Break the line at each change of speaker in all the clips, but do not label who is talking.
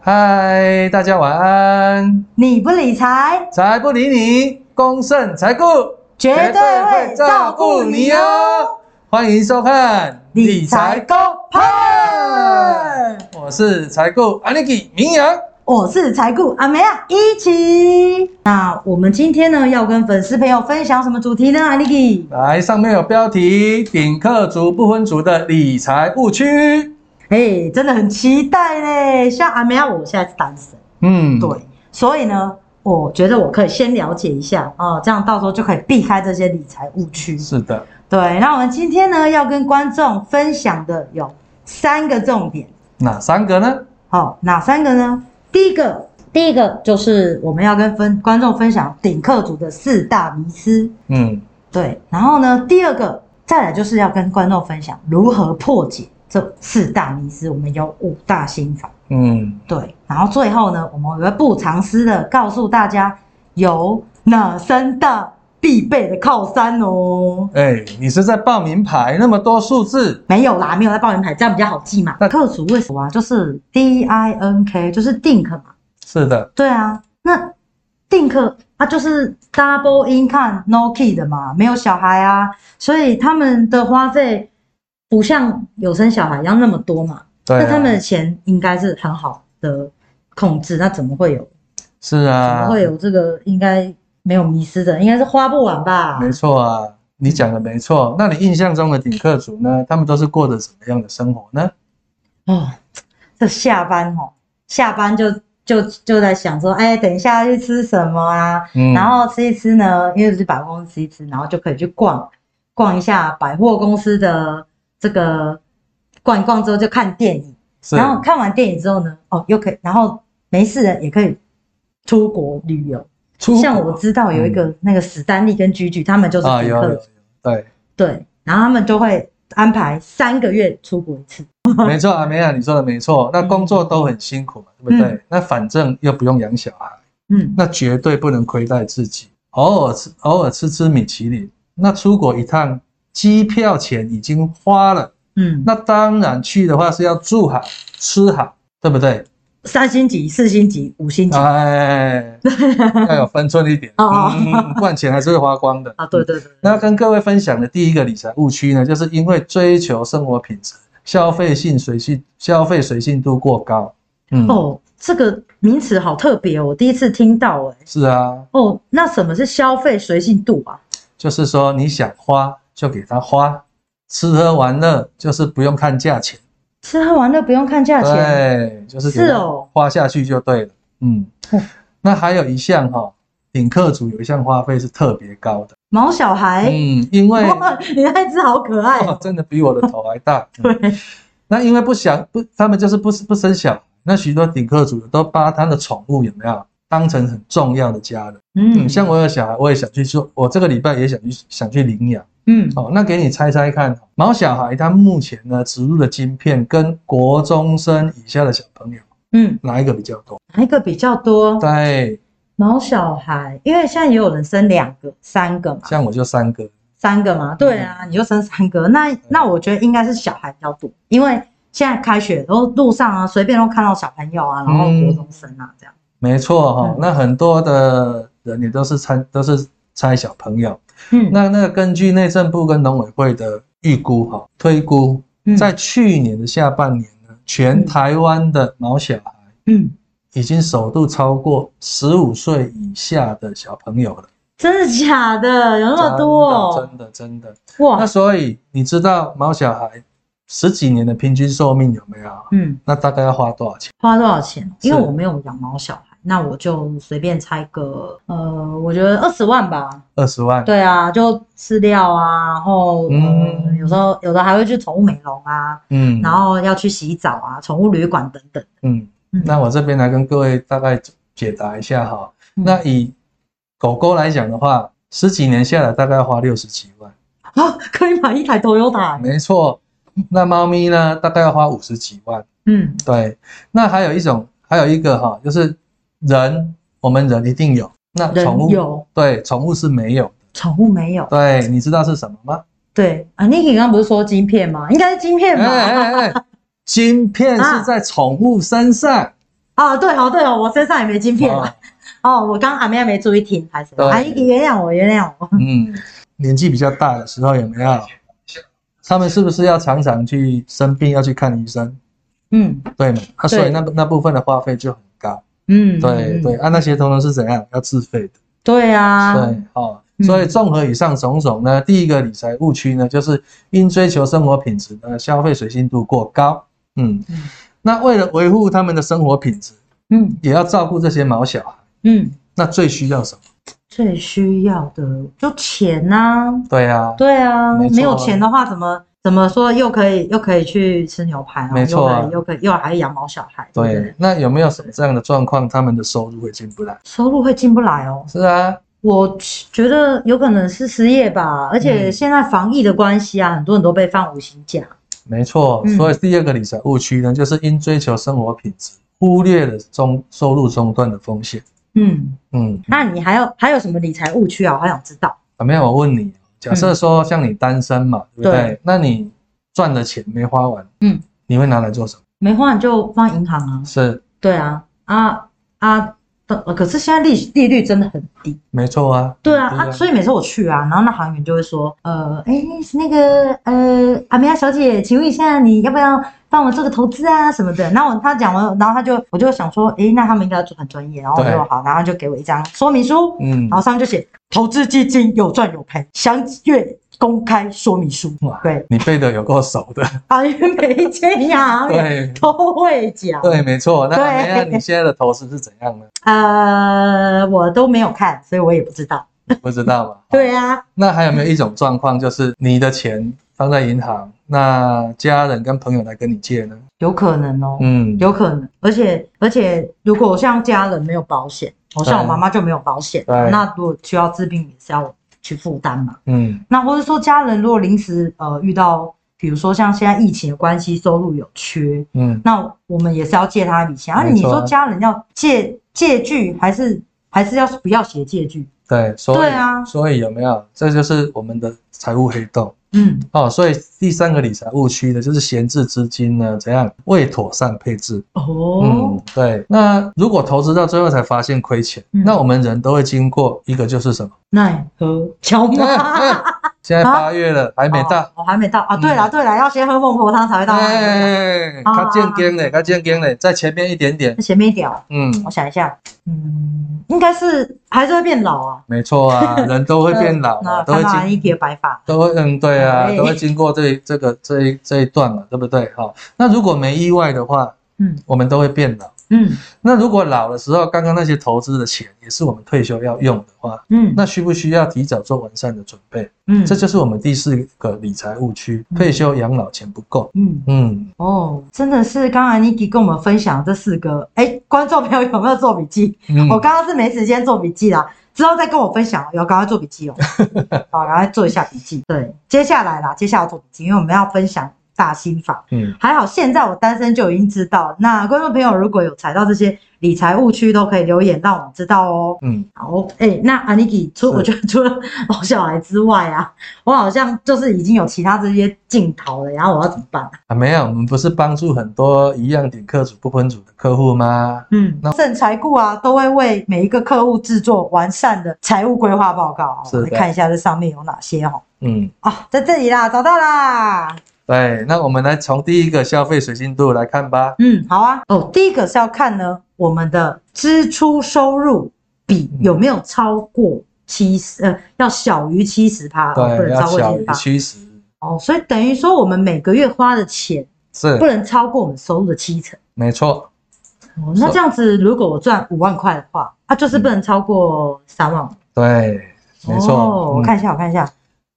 嗨，大家晚安。
你不理财，
才不理你，公胜财库
绝对会照顾你哦。
欢迎收看《
理财
高
派
我是财库 Aniki 明阳。
我是财顾阿梅啊，一起。那我们今天呢，要跟粉丝朋友分享什么主题呢？阿丽丽，
来，上面有标题：顶客族不婚族的理财误区。
哎，真的很期待嘞。像阿梅啊，我现在是单身，
嗯，
对，，所以呢，我觉得我可以先了解一下哦、这样到时候就可以避开这些理财误区。
是的，
对，那我们今天呢，要跟观众分享的有三个重点。
哪三个呢？
好、哪三个呢？第一个，第一个就是我们要跟分观众分享顶客族的四大迷思。
嗯，
对，然后呢，第二个，再来就是要跟观众分享如何破解这四大迷思。我们有五大心法。
嗯，
对，然后最后呢，我们也会不藏私的告诉大家有哪三大必备的靠山哦。
哎，你是在报名牌那么多数字，
没有啦，没有在报名牌，这样比较好记嘛。那客族为什么啊？就是 D I N K，就是 think 嘛。
是的，
对啊，那 think 啊就是 double income no kid 的嘛，没有小孩啊，所以他们的花费不像有生小孩一样那么多嘛。
对、啊，
那他们的钱应该是很好的控制，那怎么会有？
是
怎么
啊，
会有这个？应该没有迷失的，应该是花不完吧？
没错啊，你讲的没错。那你印象中的顶客族呢？他们都是过着什么样的生活呢？
哦，这下班哦，下班就就就在想说，哎，等一下要去吃什么啊？
嗯
然后吃一吃呢，因为是百货公司吃一吃，然后就可以去逛逛一下百货公司的这个逛一逛之后就看电影，
是
然后看完电影之后呢，哦，又可以，然后没事了也可以出国旅游。
出国嗯
像我知道有一个、那个史丹利跟居居，他们就是
啊，
旅
有有有
客，，
对，
对，然后他们就会安排三个月出国一次。
没错啊，梅雅，你说的没错。那工作都很辛苦嘛，对不对？那反正又不用养小孩，
嗯，
那绝对不能亏待自己。偶尔吃偶尔吃吃米其林，那出国一趟，机票钱已经花了，
嗯，
那当然去的话是要住好吃好，对不对？
三星级、四星级、五星级，
哎，要有分寸一点，
哦哦
嗯不然钱还是会花光的
啊，对。对对，
那跟各位分享的第一个理财误区呢，就是因为追求生活品质，消费性随性消费随性度过高。嗯，
哦，这个名词好特别哦，我第一次听到哎。
是啊，
哦，那什么是消费随性度啊？
就是说你想花就给他花，吃喝玩乐就是不用看价钱，
吃喝玩乐不用看价钱，
对，就是
是
给他
哦
花下去就对了。嗯
哦，
那还有一项哈、领客组有一项花费是特别高的，
毛小孩，
嗯，因 为。
哇，你那只好可爱
哦
哦，
真的比我的头还大。嗯
对，
那因为不想不，他们就是不不生小孩，那许多顶客主都把他的宠物有没有当成很重要的家人？嗯，
嗯，
像我有小孩，我也想去做，我这个礼拜也想去想去领养。
嗯，
哦，那给你猜猜看，哦毛小孩他目前呢植入的晶片跟国中生以下的小朋友
嗯，
哪一个比较多？
哪一个比较多？
对，
毛小孩，因为现在也有人生两个、三个嘛，
像嗯我就三个。
三个嘛，对啊，你就生三个，那那我觉得应该是小孩比较多，因为现在开学，然后路上啊，随便都看到小朋友啊，然后
嗯
国中生啊这样，
没错哈、
嗯
那很多的人也都是猜都是猜小朋友。
嗯，
那那个根据内政部跟农委会的预估哈、推估，
嗯
在去年的下半年呢，全台湾的毛小孩
嗯，
已经首度超过十五岁以下的小朋友了，
真的假的？有那么多哦？
真的真的真的。那
哇，
所以你知道毛小孩十几年的平均寿命有没有？啊
嗯。
那大概要花多少钱？
花多少钱？
是
因为我没有养毛小孩，那我就随便猜个，呃，我觉得二十万吧。
二十万。
对啊，就饲料啊，然后、
嗯
嗯、有时候有的还会去宠物美容啊，
嗯
然后要去洗澡啊，宠物旅馆等等。
嗯，
嗯
那我这边来跟各位大概解答一下哈、
嗯
那以狗狗来讲的话，十几年下来大概要花六十几万。
啊，可以买一台 Toyota 欸。
没错，那猫咪呢，大概要花五十几万。
嗯
对，那还有一种，还有一个哈、就是人，我们人一定有，那
人
宠物
有
对，宠物是没有。
宠物没有。
对，你知道是什么 吗？
对啊，Niki 刚刚不是说晶
哎
片吗？应该是晶片吧？
哎哎哎，晶片是在宠物身上，
啊，对哦，对哦，我身上也没晶片啊。哦，我刚阿妹还没注意听，还是
对
阿姨原谅我，原谅我。
嗯，年纪比较大的时候有没有？他们是不是要常常去生病，要去看医生？
嗯
对嘛？啊，所以
对
那那部分的花费就很高。
嗯，
对
嗯
对，啊，那些通通是怎样要自费的。
对啊，
对，哦，所以综合以上种种呢，第一个理财误区呢，就是因追求生活品质呢，消费随性度过高。嗯
嗯，
那为了维护他们的生活品质，
嗯
也要照顾这些毛小孩，
嗯，
那最需要什么？
最需要的就钱呐、啊。
对啊，
对啊，
没错
没有钱的话，怎么怎么说又可以又可以去吃牛排，然后
没错啊
又可以又可以又还养毛小孩，对不
对
对，？
那有没有什么这样的状况，他们的收入会进不来？
收入会进不来哦。
是啊，
我觉得有可能是失业吧，而
嗯
且现在防疫的关系啊，很多人都被放无薪假。
没错。
嗯
所以第二个理财误区呢，就是因追求生活品质，忽略了中收入中断的风险。
嗯，
嗯，
那你还有还有什么理财误区啊？我好想知道。
啊，没有，我问你，假设说像你单身嘛，对不对
嗯对？
那你赚的钱没花完，
嗯，
你会拿来做什么？
没换就放银行啊。
是，
对啊，啊啊，呃可是现在利利率真的很低。
没错啊。
对啊，啊，所以每次我去啊，然后那行员就会说，呃，哎，那个，呃，阿米亚小姐，请问一下，你要不要帮我做个投资啊什么的？然后我他讲完，然后他就我就想说，哎，那他们应该很专业，然后我
对
说好，然后就给我一张说明书，
嗯
然，后上面就写投资基金有赚有赔，详阅公开说明书。
哇
对，
你背的有够熟 的，
啊，因为每一间银行
对。
都会讲。
对，没错。那
对
等一下你现在的投资是怎样呢？
呃，我都没有看，所以我也不知道。
你不知道嘛？
对啊，
那还有没有一种状况，就是你的钱放在银行，那家人跟朋友来跟你借呢？
有可能哦，
嗯，
有可能。而且而且，如果像家人没有保险，我像我妈妈就没有保险，
对
那如果需要治病也是要我去负担嘛。
嗯，
那或者说家人如果临时呃遇到，比如说像现在疫情的关系，收入有缺，
嗯，
那我们也是要借他一笔钱。啊，
没
你
错啊
说家人要借借据，还是还是要不要写借据？
对，所以
对啊
所以有没有？这就是我们的财务黑洞
嗯，
哦。所以第三个理财误区呢，就是闲置资金呢，怎样未妥善配置？
哦
嗯，，对。那如果投资到最后才发现亏钱，
嗯
那我们人都会经过一个就是什么？ 哎
奈何 乔妈。
现在八月了，还没到
啊哦。我还没到啊。对
嗯
了对了，要先喝孟婆汤才会到啊。
哎，
啊
它见根嘞，它见根嘞，在前面一点点
那。前面一点哦，
嗯，
我想一下，嗯，应该是还是会变老啊，
没错啊，人都会变老嘛，
那
都会
看到一哎
经
叠白发，
都会嗯，对啊，
对
都会经过这这个这一这一段嘛，对不对？好，那如果没意外的话，
嗯
我们都会变老。
嗯
那如果老的时候，刚刚那些投资的钱也是我们退休要用的话，
嗯，
那需不需要提早做完善的准备？
嗯
这就是我们第四个理财误区：
嗯
退休养老钱不够。
嗯
嗯，
哦，真的是刚才 Niki 跟我们分享这四个，哎，观众朋友有没有做笔记？
嗯
我刚刚是没时间做笔记啦。之后再跟我分享哦，有赶快做笔 记哦，好，赶快做一下笔记。对，接下来啦，接下来我做笔记，因为我们要分享大心法。
嗯，
还好现在我单身就已经知道。那观众朋友如果有踩到这些理财误区，都可以留言让我们知道哦。
嗯，
好，哎、那阿尼基除
是
我觉得除了毛小孩之外啊，我好像就是已经有其他这些镜头了，然后我要怎么办、啊？
啊，没有，我们不是帮助很多一样点客主不分组的客户吗？
嗯，正财顾啊都会为每一个客户制作完善的财务规划报告啊，
是
我
的
们看一下这上面有哪些哦。
嗯，
啊，在这里啦，找到啦。
对，那我们来从第一个消费水信度来看吧。
嗯，好啊。哦，第一个是要看呢，我们的支出收入比
嗯
有没有超过七十，呃，要小于七十趴，哦不
对，
能
要
超过
小于
七十趴。
七十，
哦，所以等于说我们每个月花的钱
是
不能超过我们收入的七成。
没错，
哦，那
是啊
这样子，如果我赚五万块的话，它、就是不能超过三万。
对，没错。
哦，我
嗯
看一下，我看一下。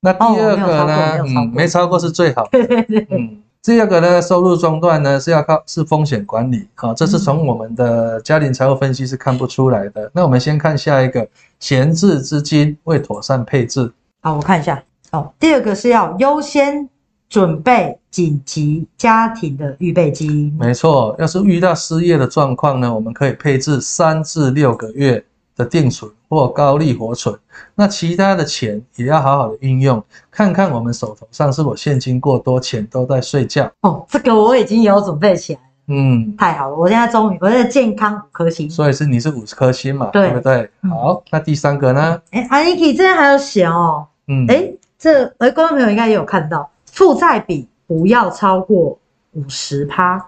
那第二个呢？
哦哦没有超过没有超
嗯，
过
没超过是最好的。
对对对，
嗯，第二个呢，收入中断呢是要靠是风险管理啊，这是
嗯
从我们的家庭财务分析是看不出来的。那我们先看下一个，闲置资金未妥善配置。
好，我看一下。哦，第二个是要优先准备紧急家庭的预备金。
没错，要是遇到失业的状况呢，我们可以配置三至六个月的定存或高利活存。那其他的钱也要好好的运用，看看我们手头上是否现金过多，钱都在睡觉。
哦，这个我已经有准备起来了。
嗯，
太好了，我现在终于我在健康五颗星。
所以是你是五十颗星嘛，
对
对不对？
嗯
好，那第三个呢？
哎、阿 n i k 这边还有写哦，
嗯，
哎、这哎、观众朋友应该也有看到，负债比不要超过五十趴，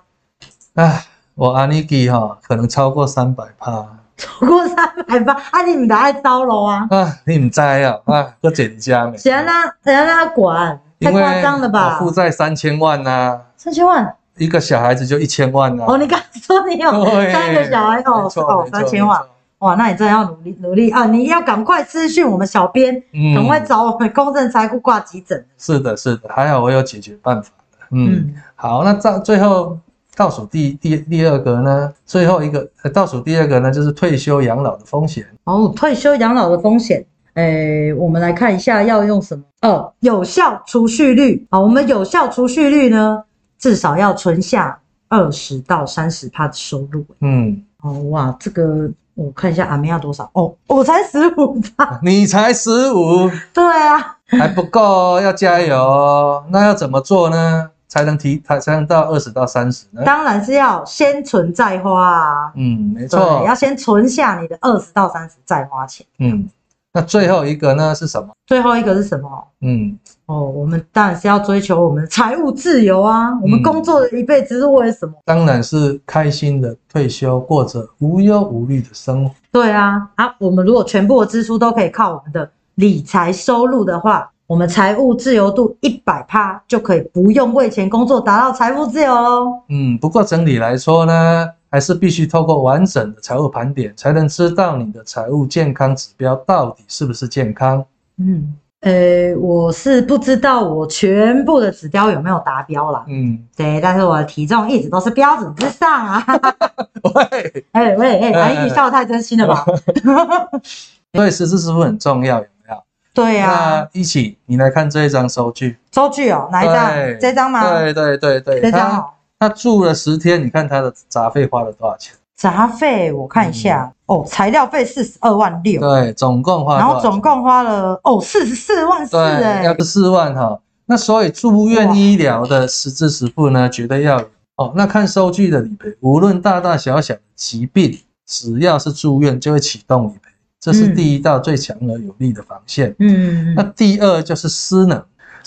哎，我阿尼基哈可能超过三百趴。
超过三百八，啊，你们的爱糟了啊！
啊，你唔知啊，啊，个减价呢？
谁让他谁让他管？
因
太
为
夸张了吧
我？负债三千万呐、
三千万
一个小孩子就一千万呐、
哦，你刚才说你有
对
三个小孩哦
没错
哦，三千万，哇，那你真的要努力努力啊！你要赶快私讯我们小编，
没错
赶
嗯，
快找我们公正财库挂急诊。
是的，是的，还好我有解决办法的嗯，
嗯，
好，那到最后倒数第第第二个呢，最后一个、呃倒数第二个呢，就是退休养老的风险。
哦，退休养老的风险。诶，我们来看一下要用什么。哦，有效储蓄率啊，我们有效储蓄率呢，至少要存下二十到三十趴的收入。
嗯，
哦，哇，这个我看一下阿明要多少？哦，我才十五趴。
你才十五，
对啊，
还不够，要加油哦。那要怎么做呢？才能提，才才能到二十到三十呢？
当然是要先存再花啊。
嗯，没
对，
错
要。先存下你的二十到三十再花钱。
嗯，那最后一个呢是什么？
最后一个是什么？
嗯，
哦，我们当然是要追求我们的财务自由啊！我
嗯
们工作了一辈子是为了什么？
当然是开心的退休，过着无忧无虑的生活。
对啊，啊，我们如果全部的支出都可以靠我们的理财收入的话，我们财务自由度一百趴就可以不用为钱工作，达到财富自由喽。
嗯，不过整体来说呢，还是必须透过完整的财务盘点，才能知道你的财务健康指标到底是不是健康。
嗯，呃，我是不知道我全部的指标有没有达标啦。
嗯，
对，但是我的体重一直都是标准之上啊！
喂，
哎喂哎，哎，你笑得太真心 了吧？
对，实质是不是很重要？有没有？
对啊，
那一起你来看这一张收据，
收据哦，哪一
对
张？这张吗？
对对对对，
这张
他
哦，
他住了十天，你看他的杂费花了多少钱？
杂费我看一下、哦，材料费四十二万六，
嗯对，总共花
然
多
后
少钱
总共花了哦四十四万四
对，
哎、
要四万哈。那所以住院
哇
医疗的实质实付呢，绝对要有哦。那看收据的理赔，无论大大小小的疾病，只要是住院就会启动理赔，这是
嗯
第一道最强而有力的防线。
嗯，
那第二就是失能，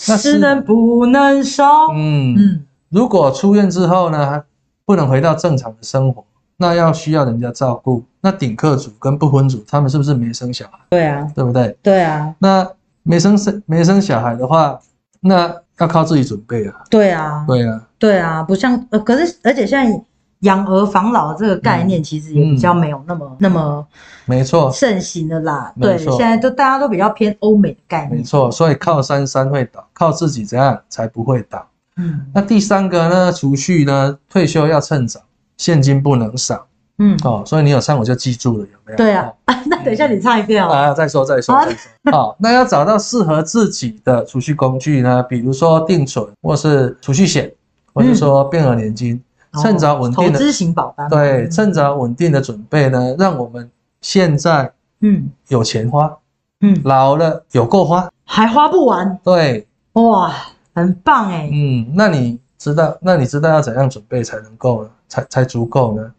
那
失能不能收，
嗯，
哦嗯，
如果出院之后呢，不能回到正常的生活，那要需要人家照顾。那顶客组跟不婚组，他们是不是没生小孩，
对啊，
对不对？
对啊，
那没生生没生小孩的话，那要靠自己准备啊。
对啊，
对啊，
对啊，不像呃，可是而且现在养儿防老
嗯
这个概念其实也比较没有那么、那么
没错，
盛行的啦，
没
对，
错
现在都大家都比较偏欧美的概
没
念，
错。所以靠山山会倒，靠自己怎样才不会倒。
嗯
那第三个呢，储蓄呢，退休要趁早，现金不能少
嗯，
哦。所以你有唱我就记住了，有没有？
对啊， 那等一下你唱一遍
哦。
哦，
啊，再说再说
啊
再说。好、那要找到适合自己的储蓄工具呢，比如说定存，或是储蓄险，或是说变额年金，趁早稳定
嗯哦投
的
资型保单，
对，
嗯
趁早稳定的准备呢，让我们现在
嗯
有钱花，
嗯，
老了有够花。
还花不完，
对，
哇，很棒哎、
嗯，那你知道，那你知道要怎样准备才能够呢？才才足够呢？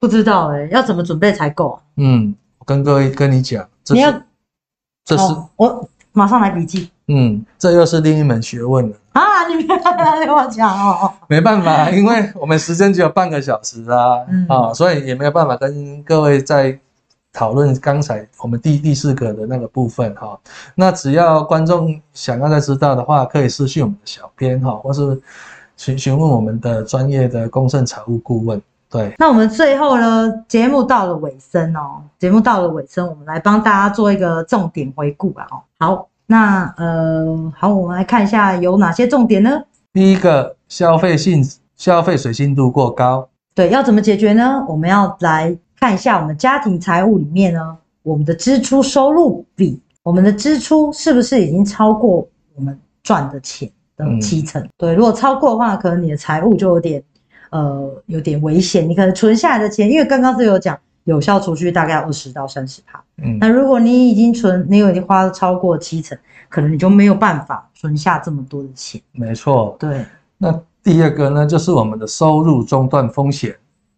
不知道哎、要怎么准备才够啊、
嗯，我跟各位跟你讲，这
你要
是这是、
哦，我马上来笔记
嗯，这又是另一门学问了。
啊！你不要 跟我讲哦，
没办法，因为我们时间只有半个小时啊，
嗯
啊，所以也没有办法跟各位再讨论刚才我们第第四个的那个部分哈、那只要观众想要再知道的话，可以私信我们的小编哈、或是询询问我们的专业的公证财务顾问。对，
那我们最后呢，节目到了尾声哦，节目到了尾声，我们来帮大家做一个重点回顾吧哦。好，那呃，好，我们来看一下有哪些重点呢？
第一个消费性消费水信度过高，
对，要怎么解决呢？我们要来看一下我们家庭财务里面呢，我们的支出收入比，我们的支出是不是已经超过我们赚的钱的七成？对，如果超过的话，可能你的财务就有点呃有点危险，你可能存下来的钱，因为刚刚是有讲有效储蓄大概二十到三十趴，
嗯
那如果你已经存，你有已经花了超过七成，可能你就没有办法存下这么多的钱。
没错。
对，
那第二个呢，就是我们的收入中断风险。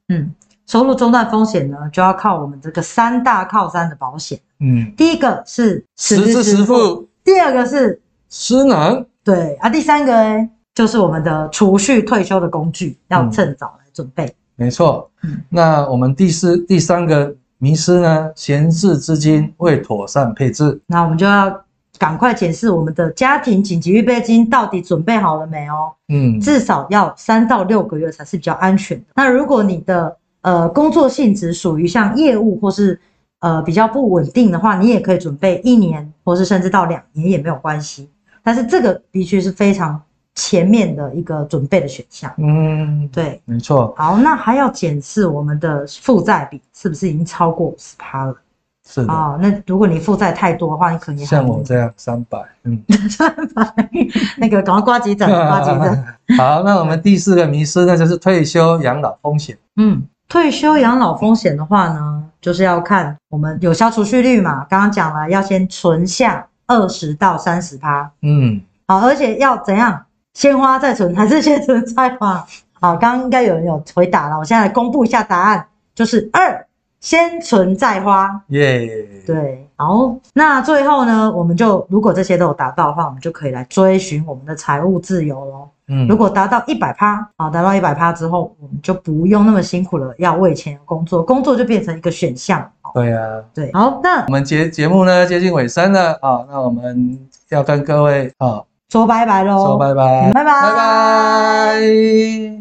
嗯，收入中断风险呢，就要靠我们这个三大靠山的保险。
嗯，
第一个是
实支实付，
第二个是
失能。
对啊，第三个哎，就是我们的储蓄退休的工具，要
嗯
趁早来准备。
没错
嗯，
那我们第四、第三个迷失呢，闲置资金未妥善配置。
那我们就要赶快检视我们的家庭紧急预备金到底准备好了没哦，
嗯，
至少要三到六个月才是比较安全的。那如果你的呃工作性质属于像业务或是呃比较不稳定的话，你也可以准备一年或是甚至到两年也没有关系。但是这个必须是非常前面的一个准备的选项。
嗯，
对，
没错，
好，那还要检视我们的负债比是不是已经超过五十趴了
是的，
啊、那如果你负债太多的话，你可能也还
像我这样三百， 嗯，
那个赶快 挂急诊，挂急诊。
好，那我们第四个迷失呢，就是退休养老风险。
嗯，退休养老风险的话呢，就是要看我们有效储蓄率嘛，刚刚讲了要先存下二十到三十趴，
嗯，
好，而且要怎样，先花再存还是先存再花？好，刚刚应该有人有回答了，我现在来公布一下答案，就是二，先存再花。
耶、
对，好，那最后呢，我们就如果这些都有达到的话，我们就可以来追寻我们的财务自由喽。
嗯，
如果达到一百趴，啊，达到一百趴之后，我们就不用那么辛苦了，要为钱而工作，工作就变成一个选项。好
对啊，
对，好，那
我们节节目呢接近尾声了啊，那我们要跟各位啊
哦说拜拜喽，
说拜拜，
拜拜
拜拜。